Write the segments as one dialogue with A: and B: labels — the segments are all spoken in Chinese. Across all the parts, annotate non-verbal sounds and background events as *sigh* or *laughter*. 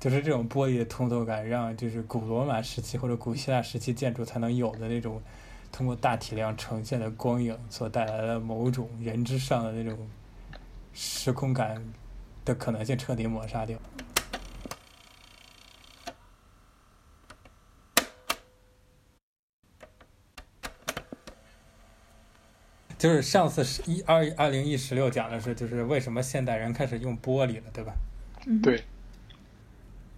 A: 就是这种玻璃的通透感，让就是古罗马时期或者古希腊时期建筑才能有的那种，通过大体量呈现的光影所带来的某种人之上的那种时空感的可能性彻底抹杀掉。就是上次是一二二零一十六讲的是，就是为什么现代人开始用玻璃了，对吧？
B: 嗯，
C: 对，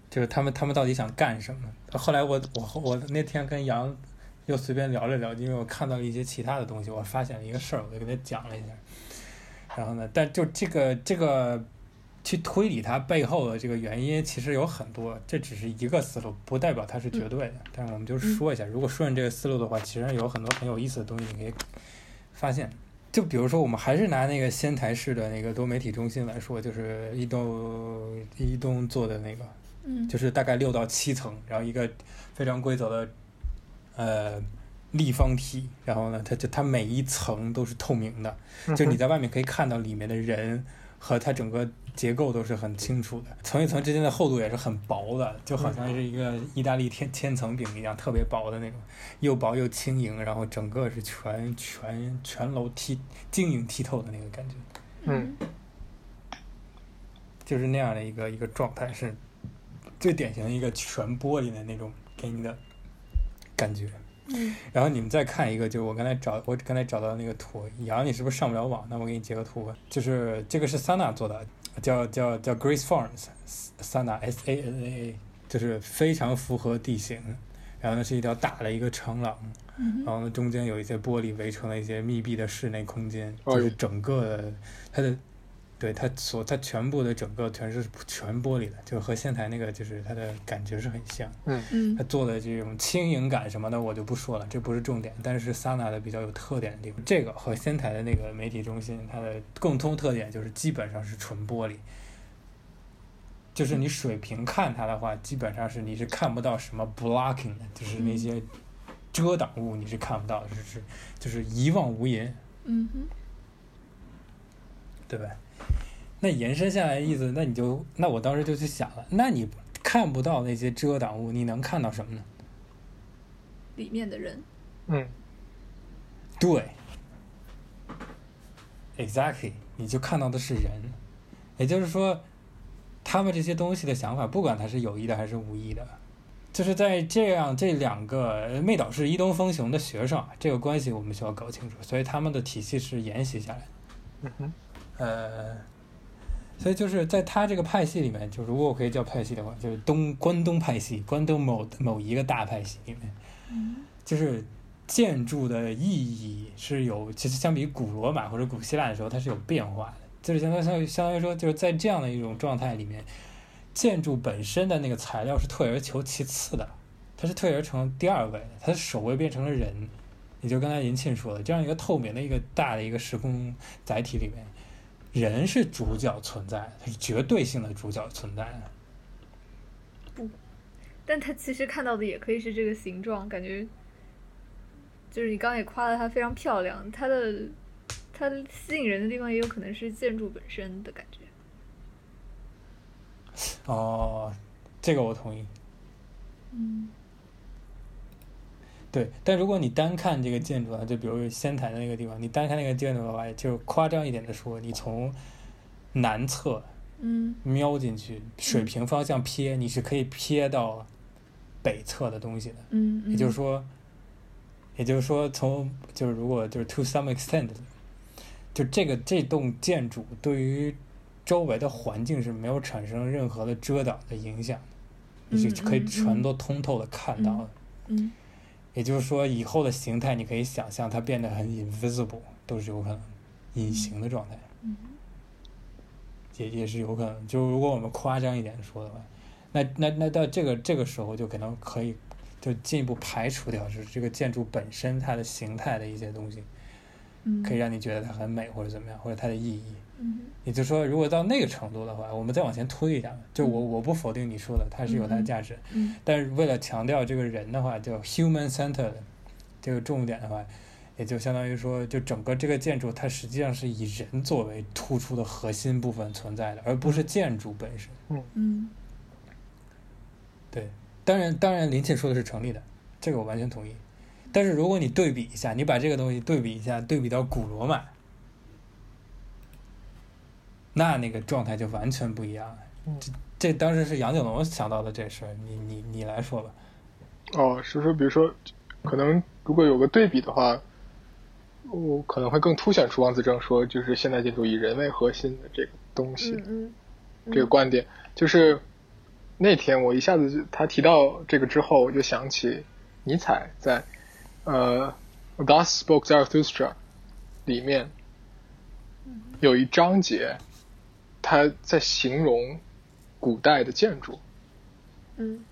A: 就是他们他们到底想干什么？后来我我我那天跟杨又随便聊了聊，因为我看到了一些其他的东西，我发现了一个事儿，我就给他讲了一下。然后呢，但就这个这个去推理它背后的这个原因，其实有很多，这只是一个思路，不代表它是绝对的。但是我们就说一下，如果顺着这个思路的话，其实有很多很有意思的东西你可以发现。就比如说，我们还是拿那个仙台市的那个多媒体中心来说，就是一栋一栋做的那个，
B: 嗯，
A: 就是大概六到七层，然后一个非常规则的呃立方体，然后呢，它就它每一层都是透明的，就你在外面可以看到里面的人和它整个结构都是很清楚的，层与层之间的厚度也是很薄的，就好像是一个意大利千千层饼一样，特别薄的那种，又薄又轻盈，然后整个是全全全楼剔晶莹剔透的那个感觉，
C: 嗯，
A: 就是那样的一个一个状态，是最典型的一个全玻璃的那种给你的感觉。
B: 嗯，
A: 然后你们再看一个，就是我刚才找我刚才找到那个图，杨你是不是上不了网？那我给你截个图吧。就是这个是 Sana 做的，叫叫叫 Grace Farms，Sana S A N A A，就是非常符合地形。然后呢是一条大的一个长廊，
B: 嗯
A: 然后呢中间有一些玻璃围成了一些密闭的室内空间，
C: 哦
A: 就是整个的它的，对它所它全部的整个全是全玻璃的，就和仙台那个就是它的感觉是很像。
B: 嗯
A: 他做的这种轻盈感什么的，我就不说了，这不是重点。但是 Sana 的比较有特点的地方，这个和仙台的那个媒体中心，它的共通特点就是基本上是纯玻璃，就是你水平看它的话，基本上是你是看不到什么 blocking 的，就是那些遮挡物你是看不到的，就是就是一望无垠。
B: 嗯哼，
A: 对吧？那延伸下来的意思，那你就，那我当时就去想了，那你看不到那些遮挡物，你能看到什么呢？
B: 里面的人，
C: 嗯
A: 对，exactly，你就看到的是人，也就是说，他们这些东西的想法，不管他是有意的还是无意的，就是在这样这两个呃妹岛是伊东丰雄的学生，这个关系我们需要搞清楚，所以他们的体系是沿袭下来的。
C: 嗯哼，
A: 呃，所以就是在他这个派系里面，就如果我可以叫派系的话，就是东关东派系，关东某某一个大派系里面，
B: 嗯
A: 就是建筑的意义是有，其实相比古罗马或者古希腊的时候，它是有变化的。就是相当于相当于说，就是在这样的一种状态里面，建筑本身的那个材料是退而求其次的，它是退而成第二位的，它的首位变成了人。也就刚才林沁说的，这样一个透明的一个大的一个时空载体里面，人是主角存在的，它是绝对性的主角存在的。
B: 但他其实看到的也可以是这个形状，感觉就是你刚刚也夸了它非常漂亮，它的它吸引人的地方也有可能是建筑本身的感觉。
A: 哦，这个我同意。
B: 嗯
A: 对，但如果你单看这个建筑啊，就比如仙台的那个地方，你单看那个建筑的话，就是夸张一点的说，你从南侧
B: 嗯
A: 瞄进去，水平方向瞥，你是可以瞥到北侧的东西的。
B: 嗯，
A: 也就是说，也就是说从，就是如果就是 to some extent，就这个这栋建筑对于周围的环境是没有产生任何的遮挡的影响的，你是可以全都通透的看到的。
B: 嗯
A: 也就是说，以后的形态你可以想象它变得很 invisible，都是有可能隐形的状态，
B: 嗯
A: 也也是有可能。就如果我们夸张一点说的话，那那那到这个这个时候就可能可以就进一步排除掉，就是这个建筑本身它的形态的一些东西，
B: 嗯，
A: 可以让你觉得它很美或者怎么样，或者它的意义。
B: 嗯
A: 也就是说，如果到那个程度的话，我们再往前推一下，就我我不否定你说的，它是有它的价值，
B: 嗯
A: 但是为了强调这个人的话，就 human centered 这个重点的话，也就相当于说，就整个这个建筑它实际上是以人作为突出的核心部分存在的，而不是建筑本身。
B: 嗯
A: 对，当然当然林切说的是成立的，这个我完全同意。但是如果你对比一下，你把这个东西对比一下，对比到古罗马，那那个状态就完全不一样了。这这当时是杨九龙想到的这事儿，你你你来说吧。
C: 哦，是说，比如说，可能如果有个对比的话，我可能会更凸显出王子正说，就是现代建筑以人为核心的这个东西，
B: 嗯嗯，嗯
C: 这个观点。就是那天我一下子就他提到这个之后，我就想起尼采在呃《Thus Spoke Zarathustra》里面有一章节，他在形容古代的建筑。
B: 嗯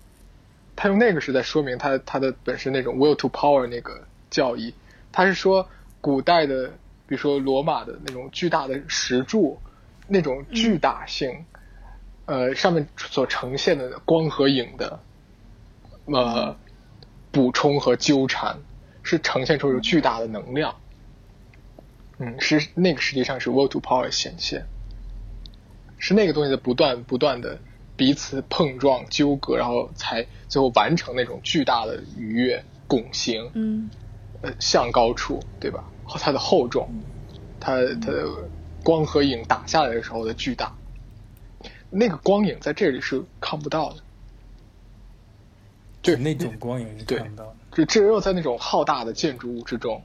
C: 他用那个是在说明他他的本身那种 will to power 那个教义。他是说古代的，比如说罗马的那种巨大的石柱，那种巨大性，呃，上面所呈现的光和影的，呃，补充和纠缠，是呈现出一种巨大的能量。嗯，是那个实际上是 will to power 的显现，是那个东西的不断不断的彼此碰撞纠葛，然后才最后完成那种巨大的愉悦拱形。
B: 嗯
C: 呃向高处，对吧？它的厚重，它它的光和影打下来的时候的巨大，那个光影在这里是看不到的。对
A: 那种光影是
C: 对
A: 看不到的。
C: 只只有在那种浩大的建筑物之中，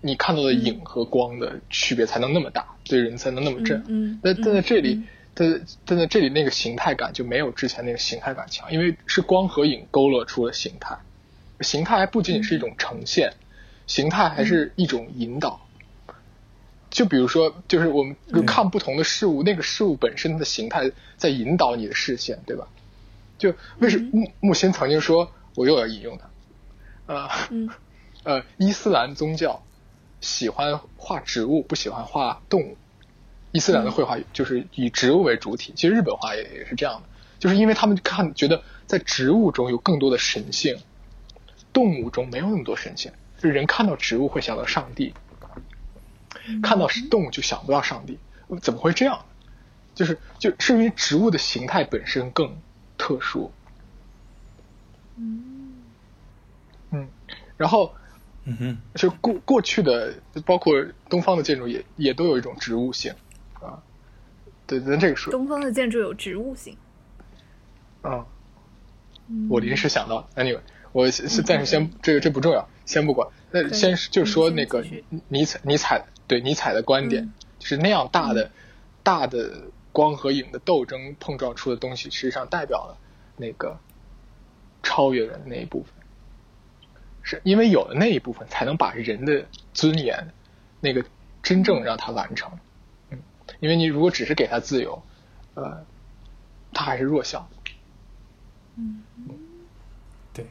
C: 你看到的影和光的区别才能那么大，对人才能那么震撼。
B: 嗯嗯
C: 那但在这里
B: 嗯，
C: 但但在这里那个形态感就没有之前那个形态感强，因为是光和影勾勒出了形态，形态还不仅仅是一
B: 嗯
C: 种呈现，形态还是一种引导。就比如说，就是我们就看不同的事物，那个事物本身的形态在引导你的视线，对吧？就为
B: 嗯
C: 什木木心曾经说，我又要引用他，呃，
B: 嗯
C: 呃，伊斯兰宗教喜欢画植物，不喜欢画动物。伊斯兰的绘画就是以植物为主体，其实日本画也也是这样的，就是因为他们看觉得在植物中有更多的神性，动物中没有那么多神性。就是人看到植物会想到上帝，
B: 嗯
C: 看到动物就想不到上帝，怎么会这样？就是就是因为植物的形态本身更特殊。嗯，然后
A: 嗯哼，
C: 就过过去的，包括东方的建筑也也都有一种植物性，啊，对，咱这个说，
B: 东方的建筑有植物性。
C: 嗯，我临时想到的，anyway，我
B: 嗯
C: 先先暂时先这个这不重要，先不管，那
B: 可以
C: 先是就
B: 嗯
C: 说
B: 先
C: 那个
B: 继续
C: 尼采尼采对尼采的观点
B: 嗯，
C: 就是那样大的大的光和影的斗争碰撞出的东西，实际上代表了那个超越人的那一部分。是因为有了那一部分，才能把人的尊严，那个真正让他完成。嗯，因为你如果只是给他自由，呃，他还是弱小的。
A: 对，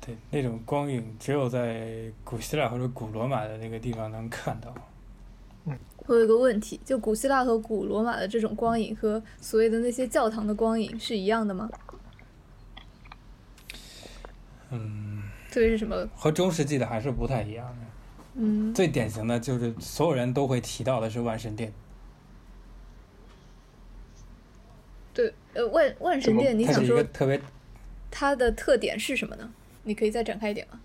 A: 对，那种光影只有在古希腊或者古罗马的那个地方能看到。
B: 我有一个问题，就古希腊和古罗马的这种光影和所谓的那些教堂的光影是一样的吗？
A: 嗯，
B: 特别是什么？
A: 和中世纪的还是不太一样的。
B: 嗯
A: 最典型的就是所有人都会提到的是万神殿，
B: 对，呃，万万神殿，你
A: 它
B: 想
A: 是一
B: 说
A: 个特别
B: 它的特点是什么呢？你可以再展开一点吗？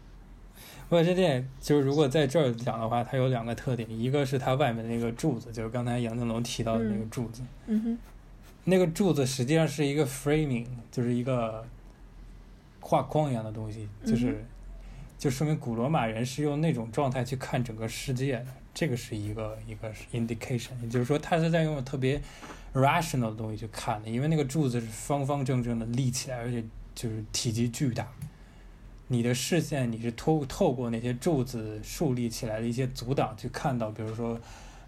A: 万神殿就是如果在这儿讲的话，它有两个特点，一个是它外面那个柱子，就是刚才杨振龙提到的那个
B: 嗯
A: 柱子，
B: 嗯哼，
A: 那个柱子实际上是一个 framing，就是一个画框一样的东西，就是、
B: 嗯
A: 就说明古罗马人是用那种状态去看整个世界的，这个是一个一个 indication，也就是说他是在用特别 rational 的东西去看的，因为那个柱子是方方正正的立起来，而且就是体积巨大。你的视线你是透透过那些柱子树立起来的一些阻挡去看到，比如说，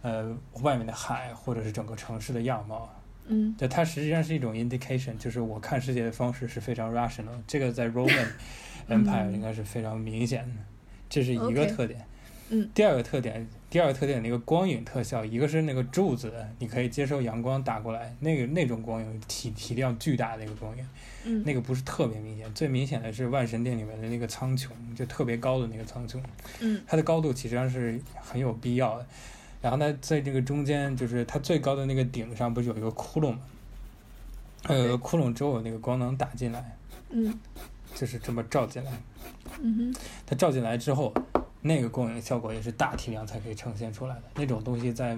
A: 呃，外面的海或者是整个城市的样貌，
B: 嗯
A: 对，它实际上是一种 indication，就是我看世界的方式是非常 rational，这个在
B: *coughs*
A: Roman Empire 应该是非常明显的，这是一个
B: 嗯 OK
A: 特点。
B: 嗯，
A: 第二个特点，第二个特点那个光影特效，一个是那个柱子，你可以接受阳光打过来，那个那种光影体体量巨大的那个光影，
B: 嗯，
A: 那个不是特别明显，最明显的是万神殿里面的那个苍穹，就特别高的那个苍穹。
B: 嗯
A: 它的高度其实上是很有必要的。然后呢，在这个中间，就是它最高的那个顶上不是有一个窟窿吗？呃，窟窿之后那个光能打进来，
B: 嗯
A: 就是这么照进来。
B: 嗯哼，
A: 它照进来之后，那个光影效果也是大体量才可以呈现出来的。那种东西在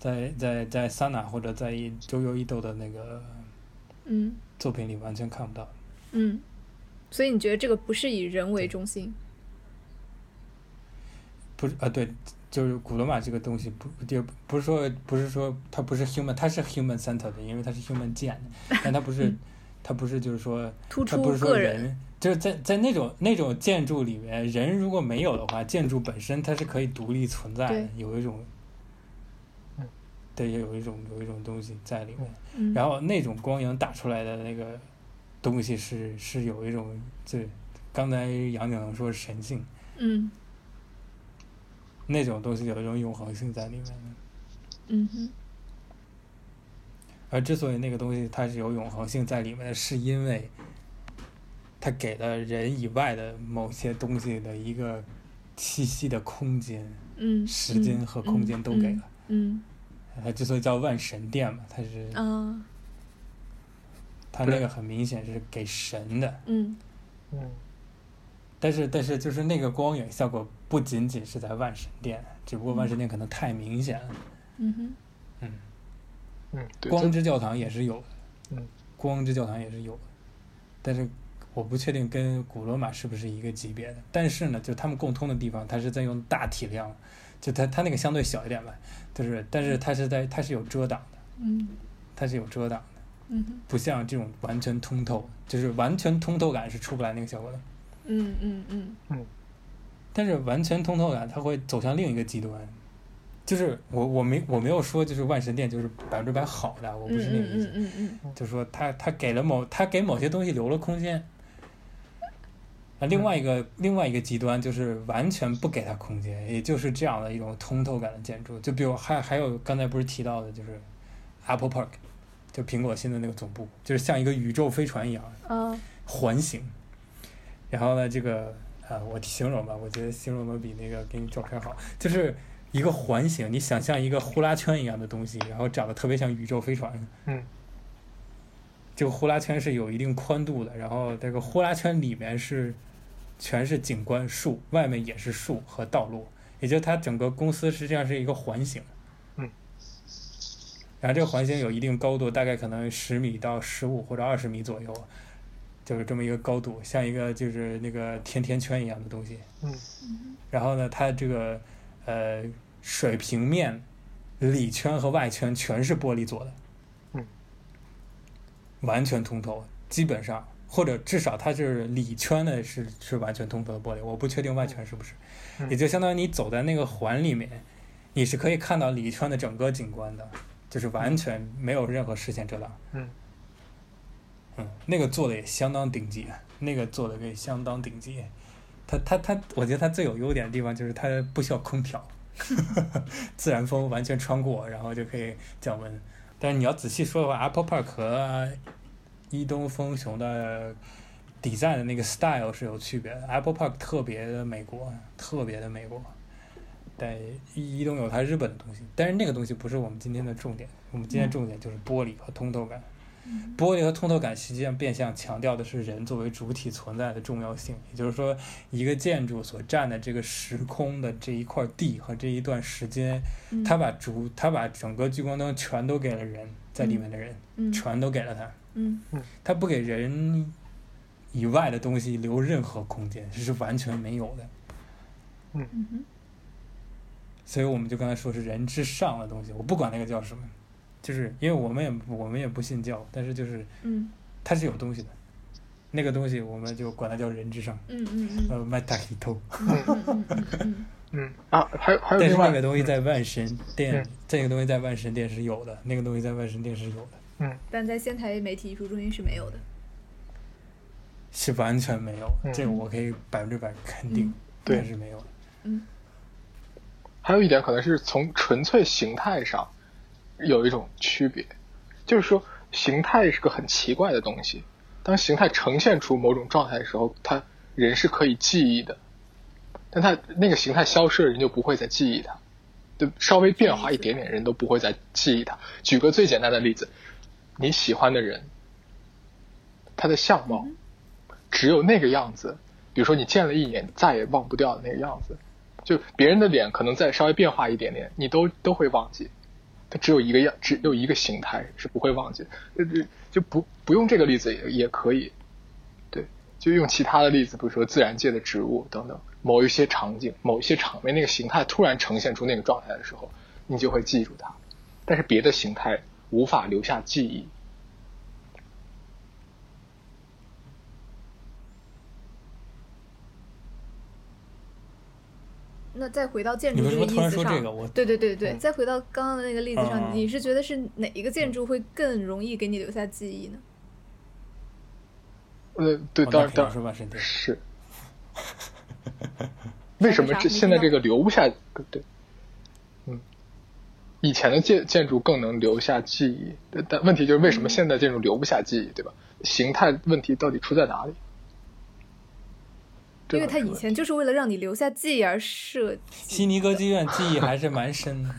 A: 在在在桑拿或者在一周游一斗的那个
B: 嗯
A: 作品里完全看不到。
B: 嗯，所以你觉得这个不是以人为中心？
A: 不是啊，对，就是古罗马这个东西不也不是说不是说它不是 human，它是 human centered 的，因为它是 human 建的，但它不是 *laughs* 它不是就是说
B: 嗯突
A: 它
B: 出
A: 不是说
B: 个人，
A: 人，就是在在那种那种建筑里面，人如果没有的话，建筑本身它是可以独立存在的
B: 对，
A: 有一种，对，也有一种有一种东西在里面。
B: 嗯
A: 然后那种光影打出来的那个东西是是有一种，对，刚才杨景龙说神性，
B: 嗯
A: 那种东西有一种永恒性在里面的。
B: 嗯哼，
A: 而之所以那个东西它是有永恒性在里面的，是因为它给了人以外的某些东西的一个栖息的空间、
B: 嗯，
A: 时间和空间都给了。
B: 嗯，
A: 它之所以叫万神殿嘛，它是
B: 嗯啊，
A: 它那个很明显是给神的，
B: 嗯
C: 嗯，
A: 但是但是就是那个光影效果不仅仅是在万神殿，只不过万神殿可能太明显了。
B: 嗯哼，
A: 嗯，
C: 嗯，对，
A: 光之教堂也是有的，
C: 嗯，
A: 光之教堂也是有的，但是我不确定跟古罗马是不是一个级别的。但是呢，就他们共通的地方，它是在用大体量，就它它那个相对小一点吧，就是但是它是在它是有遮挡的，
B: 嗯
A: 它是有遮挡的，
B: 嗯哼，
A: 不像这种完全通透，就是完全通透感是出不来那个效果的。
B: 嗯嗯嗯
A: 但是完全通透感，它会走向另一个极端，就是我我没我没有说就是万神殿就是百分之百好的，我
B: 嗯
A: 不是那个意思，
B: 嗯嗯嗯
A: 就说他他给了某他给某些东西留了空间。那另外一个、另外一个极端就是完全不给他空间，也就是这样的一种通透感的建筑。就比如还还有刚才不是提到的，就是 Apple Park，就苹果新的那个总部，就是像一个宇宙飞船一样
B: 嗯啊，
A: 环形。然后呢，这个呃，我形容吧，我觉得形容的比那个给你照片好，就是一个环形，你想象一个呼啦圈一样的东西，然后长得特别像宇宙飞船。
C: 嗯，
A: 这个呼啦圈是有一定宽度的，然后这个呼啦圈里面是全是景观树，外面也是树和道路，也就是它整个公司实际上是一个环形。
C: 嗯，
A: 然后这个环形有一定高度，大概可能十米到十五或者二十米左右，就是这么一个高度，像一个就是那个甜甜圈一样的东西。
C: 嗯
A: 然后呢，它这个呃水平面里圈和外圈全是玻璃做的，
C: 嗯，
A: 完全通透，基本上或者至少它是里圈的是是完全通透的玻璃，我不确定外圈是不是，
C: 嗯
A: 也就相当于你走在那个环里面，你是可以看到里圈的整个景观的，就是完全没有任何视线遮挡。
C: 嗯
A: 嗯，那个做的也相当顶级，啊那个做的也相当顶级。它它它，我觉得它最有优点的地方就是它不需要空调， *laughs* 自然风完全穿过，然后就可以降温。但是你要仔细说的话，Apple Park 和伊东丰雄的 design 的那个 style 是有区别的。Apple Park 特别的美国，特别的美国。但伊伊东有它日本的东西，但是那个东西不是我们今天的重点。我们今天重点就是玻璃和通透感。
B: 嗯
A: 玻璃和通透感实际上变相强调的是人作为主体存在的重要性，也就是说，一个建筑所占的这个时空的这一块地和这一段时间，
B: 嗯
A: 它把主，它把整个聚光灯全都给了人，在里面的人、
B: 嗯
A: 全都给了他，
B: 嗯
A: 他不给人以外的东西留任何空间，这是完全没有的。
B: 嗯哼
A: 所以我们就刚才说是人之上的东西，我不管那个叫什么，就是因为我们也我们也不信教，但是就是
B: 嗯
A: 它是有东西的，那个东西我们就管它叫人之上，
B: 嗯嗯
A: 呃 m e t a h i t o
B: 嗯嗯嗯
C: 嗯啊，还有还有
A: 但是
C: 另外
A: 那个东西在万神殿
C: 嗯，
A: 这个东西在万神殿是有的，那个东西在万神殿是有的，
B: 但在仙台媒体艺术中心是没有的。
A: 是完全没有，
C: 嗯
A: 这个我可以百分之百肯定，
C: 对
A: 它是没有的。
C: 还有一点可能是从纯粹形态上有一种区别，就是说形态是个很奇怪的东西。当形态呈现出某种状态的时候，它人是可以记忆的，但它那个形态消失了，人就不会再记忆它。就稍微变化一点点，人都不会再记忆它。举个最简单的例子，你喜欢的人，它的相貌，只有那个样子。比如说你见了一眼再也忘不掉的那个样子，就别人的脸可能再稍微变化一点点，你都都会忘记。它只有一个样，只有一个形态是不会忘记的。就就就不不用这个例子也也可以，对，就用其他的例子，比如说自然界的植物等等，某一些场景、某一些场面，那个形态突然呈现出那个状态的时候，你就会记住它。但是别的形态无法留下记忆。
B: 那再回到建
A: 你
B: 筑
A: 为什
B: 这
A: 么
B: 个
A: 突然
B: 意
A: 说
B: 思
A: 这
B: 上
A: 个？，我
B: 对对对对，
A: 嗯
B: 再回到刚刚的那个例子上，
A: 嗯
B: 你是觉得是哪一个建筑会更容易给你留下记忆呢？
C: 呃，对，
A: 我
C: 当
A: 哦那肯
C: 然当
A: 定
C: 然
A: 是万圣节。 *laughs*
C: 是。为什么
B: 啥
C: 这
B: 没听
C: 现在
B: 到
C: 这个留不下？对，嗯，以前的建建筑更能留下记忆，但但问题就是为
A: 嗯
C: 什么现在建筑留不下记忆，对吧？形态问题到底出在哪里？
B: 因
C: 对
B: 为它以前就是为了让你留下记忆而设
A: 悉
B: 计。
A: 尼歌剧院记忆还是蛮深的。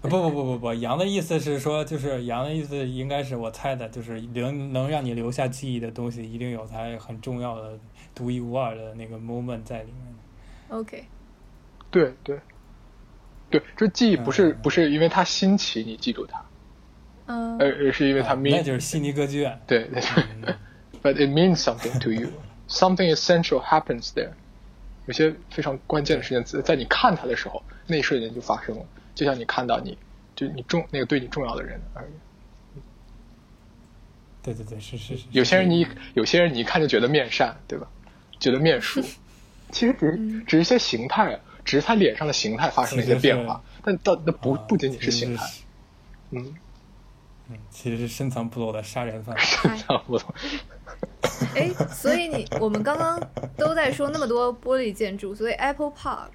A: 不不不不不，羊的意思是说，就是羊的意思应该是我猜的，就是能能让你留下记忆的东西，一定有它很重要的、独一无二的那个 moment 在里面。
B: OK，
C: 对对对，这记忆不是、
A: 嗯
C: 不是因为它新奇你记住它，
B: 嗯、
C: 而而是因为它
A: 啊
C: mean、
A: 那就是悉尼歌剧院。
C: 对对对。
A: 嗯
C: but it means something to you. Something essential happens there. 有些非常关键的事情在在你看它的时候，那一瞬间就发生了，就像你看到你就你重那个对你重要的人而已。
A: 对对对，是是是。
C: 有些人你
A: 是
C: 有些人你一看就觉得面善，对吧？觉得
A: *laughs*
C: 面熟，其实只是
A: 嗯
C: 只是一些形态，啊只是他脸上的形态发生了一些变化，但但那不
A: 啊
C: 不仅仅是
A: 其实
C: 形态，嗯，
A: 嗯，其实是深藏不露的杀人犯。
B: 嗨
C: *laughs* 差不多。
B: 哎，所以你我们刚刚都在说那么多玻璃建筑，所以 Apple Park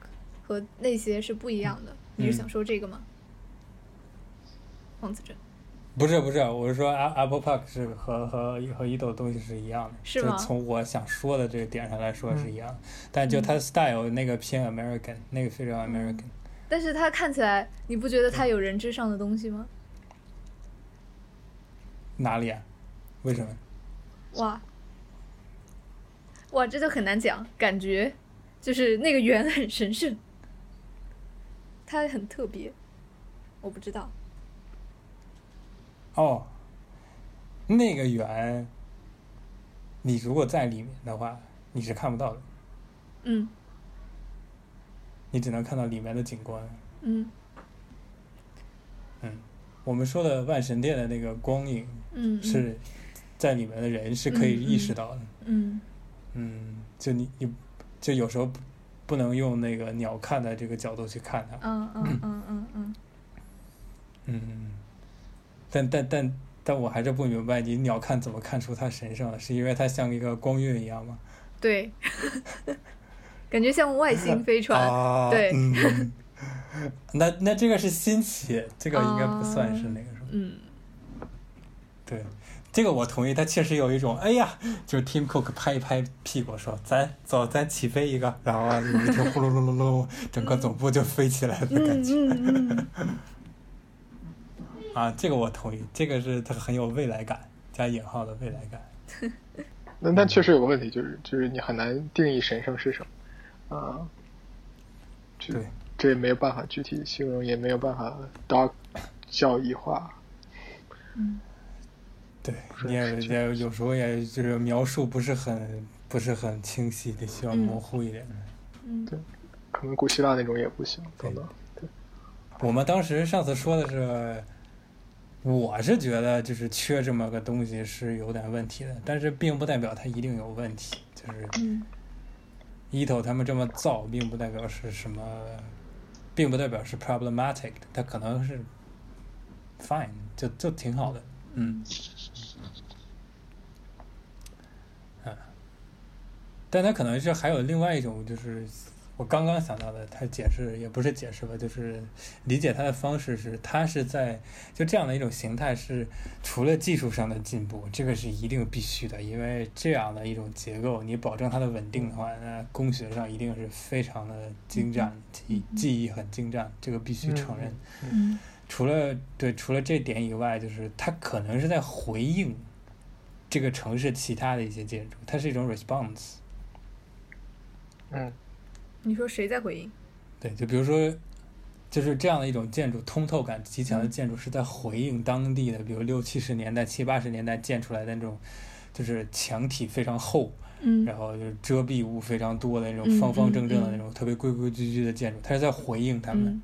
B: 和那些是不一样的。你是想说这个吗？王子正，
A: 不是不是，我是说 A- Apple Park 是和和和一斗东西是一样的，
B: 是
A: 就
B: 吗嗯
A: 从我想说的这个点上来说是一样的，但就它 style 那个偏 American，那个非常
B: 嗯
A: American，、
B: 但是它看起来，你不觉得它有人之上的东西吗？
A: 哪里啊？为什么？
B: 哇，哇，这就很难讲，感觉就是那个圆很神圣，它很特别，我不知道。
A: 哦，那个圆，你如果在里面的话，你是看不到的，
B: 嗯
A: 你只能看到里面的景观。
B: 嗯
A: 我们说的万神殿的那个光影
B: 嗯，嗯
A: 是在里面的人是可以
B: 嗯嗯
A: 意识到的。
B: 嗯
A: 嗯，就你你就有时候不不能用那个鸟看的这个角度去看它，
B: 嗯嗯嗯嗯嗯，
A: 嗯，但但但但我还是不明白你鸟看怎么看出它神圣了，是因为它像一个光晕一样吗？
B: 对， *laughs* 感觉像外星飞船。
A: 啊，
B: 对 *laughs*
A: 嗯、那那这个是新奇，这个应该不算是那个什么，
B: 嗯，
A: 对。这个我同意，它确实有一种，哎呀，就是 Tim Cook 拍一拍屁股说：“咱走，咱起飞一个。”然后啊你就呼噜噜噜噜，
B: *laughs*
A: 整个总部就飞起来的感
B: 嗯
A: 觉。
B: 嗯嗯，
A: 啊，这个我同意，这个是它很有未来感，加引号的未来感。
C: 那但确实有个问题，就是就是你很难定义神圣是什么啊。这
A: 对
C: 这也没有办法具体形容，也没有办法到教义化。
A: 对，你也也有时候也就是描述不是很不是很清晰，得
B: 嗯
A: 需要模糊一点。
C: 可能古希腊那种也不行，等等。
A: 我们当时上次说的是，我是觉得就是缺这么个东西是有点问题的，但是并不代表它一定有问题。就是
B: 嗯
A: 一头他们这么造，并不代表是什么，并不代表是 problematic 的，它可能是 fine，就就挺好的。嗯，啊，但它可能是还有另外一种，就是我刚刚想到的，它解释也不是解释吧，就是理解它的方式是，它是在就这样的一种形态是除了技术上的进步，这个是一定必须的，因为这样的一种结构，你保证它的稳定的话，那工学上一定是非常的精湛，技技艺很精湛，这个必须承认。
B: 嗯
A: 除了对除了这点以外，就是它可能是在回应这个城市其他的一些建筑，它是一种 response。
C: 嗯
B: 你说谁在回应？
A: 对，就比如说，就是这样的一种建筑，通透感极强的
B: 嗯
A: 建筑是在回应当地的，比如六七十年代、七八十年代建出来的那种，就是墙体非常厚，
B: 嗯
A: 然后就是遮蔽物非常多的那种
B: 嗯
A: 方方正正的
B: 嗯嗯
A: 那种特别规规矩矩的建筑，它是在回应他们。
B: 嗯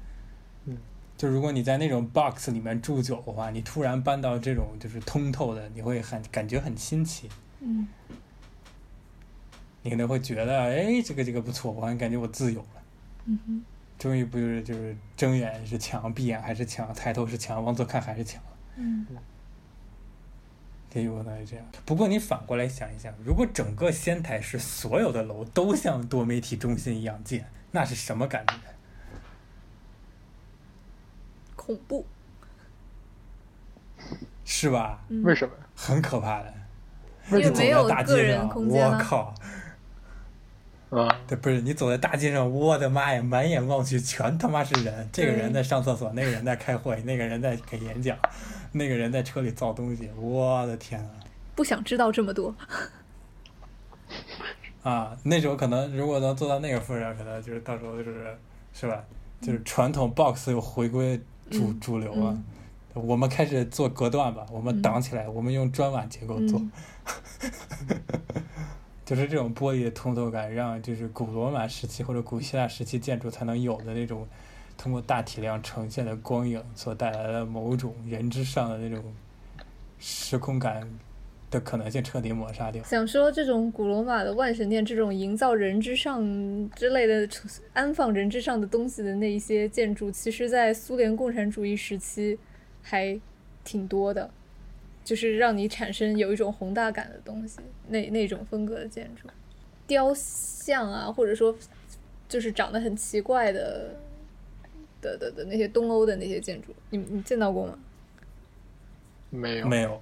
A: 就如果你在那种 box 里面住久的话，你突然搬到这种就是通透的，你会很感觉很新奇，
B: 嗯
A: 你可能会觉得，哎，这个这个不错，我好像感觉我自由了。
B: 嗯哼
A: 终于不就是就是睁眼是墙，闭眼还是墙，抬头是墙，往左看还是墙，
B: 嗯
A: 也有可能是这样。不过你反过来想一想，如果整个仙台市所有的楼都像多媒体中心一样建，那是什么感觉？
B: 恐怖。
A: 是吧？ *laughs*
B: 嗯
C: 为什么？
A: 很可怕的。
C: 为什
A: 你
B: 也
A: 走
B: 没有
C: 么
A: 在大
B: 个
A: 街
B: 人
A: 上，
B: 空间
A: 我
B: 啊
A: 靠！
C: 啊？
A: 对，不是你走在大街上，我的妈呀，满眼望去全他妈是人。这个人在上厕所，那个人在开会，那个人在给演讲，那个人在车里造东西。我的天啊！
B: 不想知道这么多。
A: 啊，那时候可能如果能做到那个份儿上，可能就是到时候就是是吧？就是传统 box 又回归主、
B: 嗯
A: 主流了。我们开始做隔断吧，我们挡起来，我们用砖瓦结构做，
B: 嗯
A: *laughs* 就是这种玻璃的通透感，让就是古罗马时期或者古希腊时期建筑才能有的那种，通过大体量呈现的光影所带来的某种人之上的那种时空感的可能性彻底抹杀掉。
B: 想说这种古罗马的万神殿这种营造人之上之类的、安放人之上的东西的那一些建筑，其实，在苏联共产主义时期还挺多的，就是让你产生有一种宏大感的东西，那那种风格的建筑，雕像啊，或者说就是长得很奇怪的。的的的那些东欧的那些建筑，你你见到过吗？
C: 没有，
A: 没有，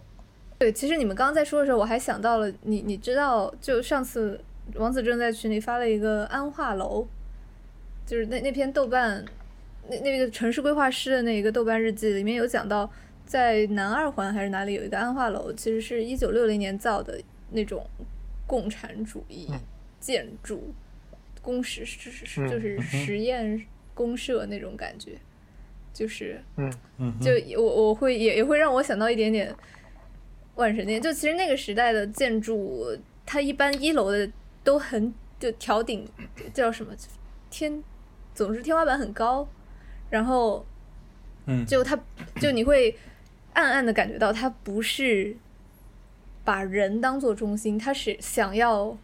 B: 对，其实你们刚刚在说的时候，我还想到了你，你知道，就上次王子正在群里发了一个安化楼，就是那那篇豆瓣那那个城市规划师的那个豆瓣日记里面有讲到，在南二环还是哪里有一个安化楼，其实是一九六零年造的那种共产主义
C: 嗯
B: 建筑，工时是是是
C: 嗯
B: 就是
A: 嗯哼
B: 实验公社那种感觉，就是
C: 嗯
A: 嗯哼，
B: 就也我我会也也会让我想到一点点万神殿。就其实那个时代的建筑，它一般一楼的都很就条顶叫什么天，总之天花板很高，然后
A: 嗯，
B: 就它就你会暗暗的感觉到它不是把人当做中心，它是想要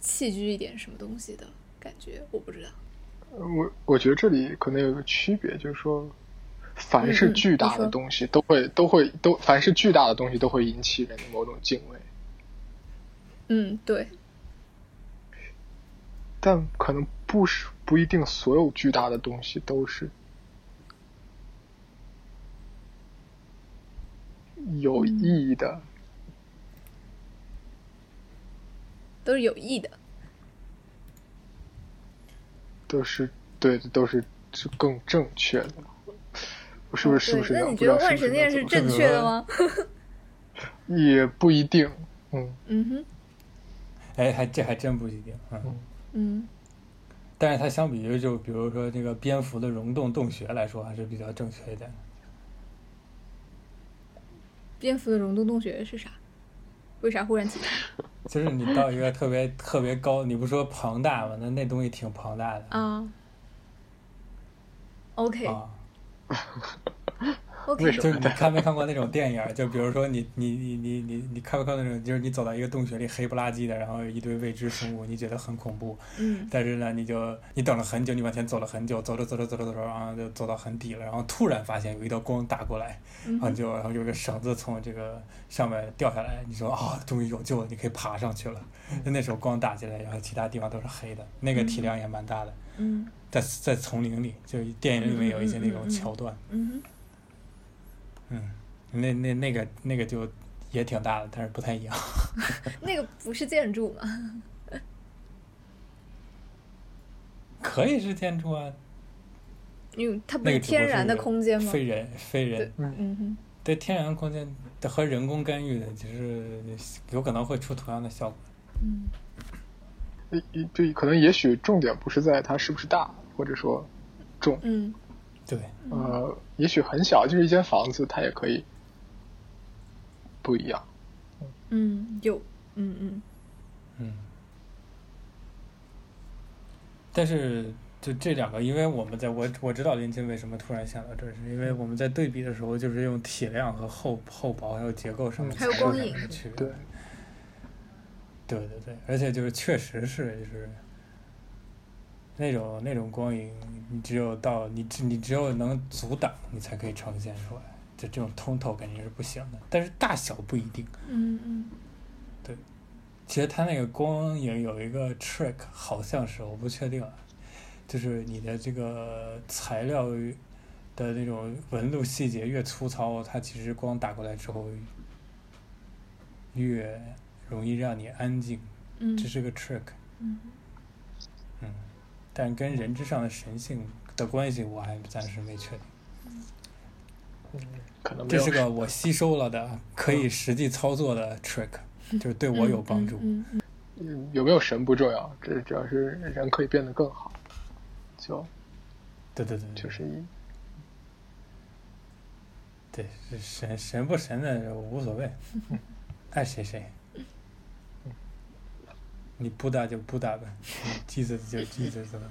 B: 弃居一点什么东西的感觉，我不知道。
C: 我我觉得这里可能有一个区别，就是说，
B: 嗯
C: 凡是
B: 嗯
C: 巨
B: 你
C: 大
B: 说
C: 的东西都会都会都，凡是巨大的东西都会引起人的某种敬畏。
B: 嗯，对，
C: 但可能不是不一定所有巨大的东西都是有意义的，
B: 都是有意的。
C: 都是对，都是更正确的。我是不是是
B: 哦对那你
C: 不是这样？不
B: 觉
C: 知
B: 得
C: 道
B: 万
C: 是不是
B: 神
C: 这样
B: 殿
C: 怎
B: 是正
C: 么
A: 这个
B: 确的吗？
C: 说也不一定，嗯，
B: 嗯哼，
A: 哎，还这还真不一定，嗯。
B: 嗯
A: 但是它相比于就比如说这个蝙蝠的溶洞洞穴来说，还是比较正确一点的。，
B: 蝙蝠的溶洞洞穴是啥？为啥忽然起？
A: 就是你到一个特别 *laughs* 特别高，你不说庞大吗？那那东西挺庞大的
B: 啊？OK
A: 啊。
B: OK，
C: 为
A: 就
C: 什
A: 是
C: 么
A: 你看没看过那种电影儿？就比如说你你你你你你看没看过那种？就是你走到一个洞穴里黑不拉几的，然后一堆未知生物，你觉得很恐怖。
B: 嗯
A: 但是呢，你就你等了很久，你往前走了很久，走着走着走着走着，然后就走到很底了，然后突然发现有一道光打过来，
B: 嗯
A: 然后就然后有一个绳子从这个上面掉下来，你说啊、终于有救了，你可以爬上去了。那那时候光打进来，然后其他地方都是黑的，那个体量也蛮大的，
B: 嗯
A: 在在丛林里，就电影里面有一些那
B: 嗯嗯嗯
A: 种
B: 嗯
A: 桥段，
B: 嗯哼，
A: 嗯，那那那个那个就也挺大的，但是不太一样。
B: 那个不是建筑嘛？
A: 可以是建筑啊，
B: 因为它不
A: 那
B: 是
A: 个只不过
B: 天然的
A: 是
B: 空间吗？
A: 非人非人
B: 对，嗯哼，
A: 对天然空间的和人工干预的，就是有可能会出同样的效果。
B: 嗯，
C: 一一对，可能也许重点不是在它是不是大，或者说重，
B: 嗯，
A: 对，
C: 呃，也许很小，就是一间房子，它也可以不一样。
B: 嗯，有，嗯嗯，
A: 嗯。但是就这两个，因为我们在我我知道林檎为什么突然想到这儿，是因为我们在对比的时候，就是用体量和厚厚薄还有结构上面
C: 嗯
B: 还有
A: 才
B: 光
A: 有
B: 影
A: 两个区别。
C: 对，
A: 对对对，而且就是确实是就是那种那种光影，你只有到你只你只有能阻挡，你才可以呈现出来。就这种通透肯定是不行的，但是大小不一定。
B: 嗯嗯，
A: 其实它那个光影有一个 trick，好像是我不确定啊，就是你的这个材料的那种纹路细节越粗糙，它其实光打过来之后越容易让你安静，
B: 嗯，
A: 这是个 trick。
B: 嗯
A: 嗯，但跟人之上的神性的关系，我还暂时没确定。
C: 可能没
A: 这
C: 有
A: 是个我吸收了的可以实际操作的 trick，就是对我有帮助。
B: 嗯嗯
C: 嗯有没有神不重要，这只要是人可以变得更好，就
A: 对对对，对
C: 就是一
A: 对，是神神不神的无所谓，爱谁谁。嗯你不打就不打呗，你 Jesus 就 Jesus 了。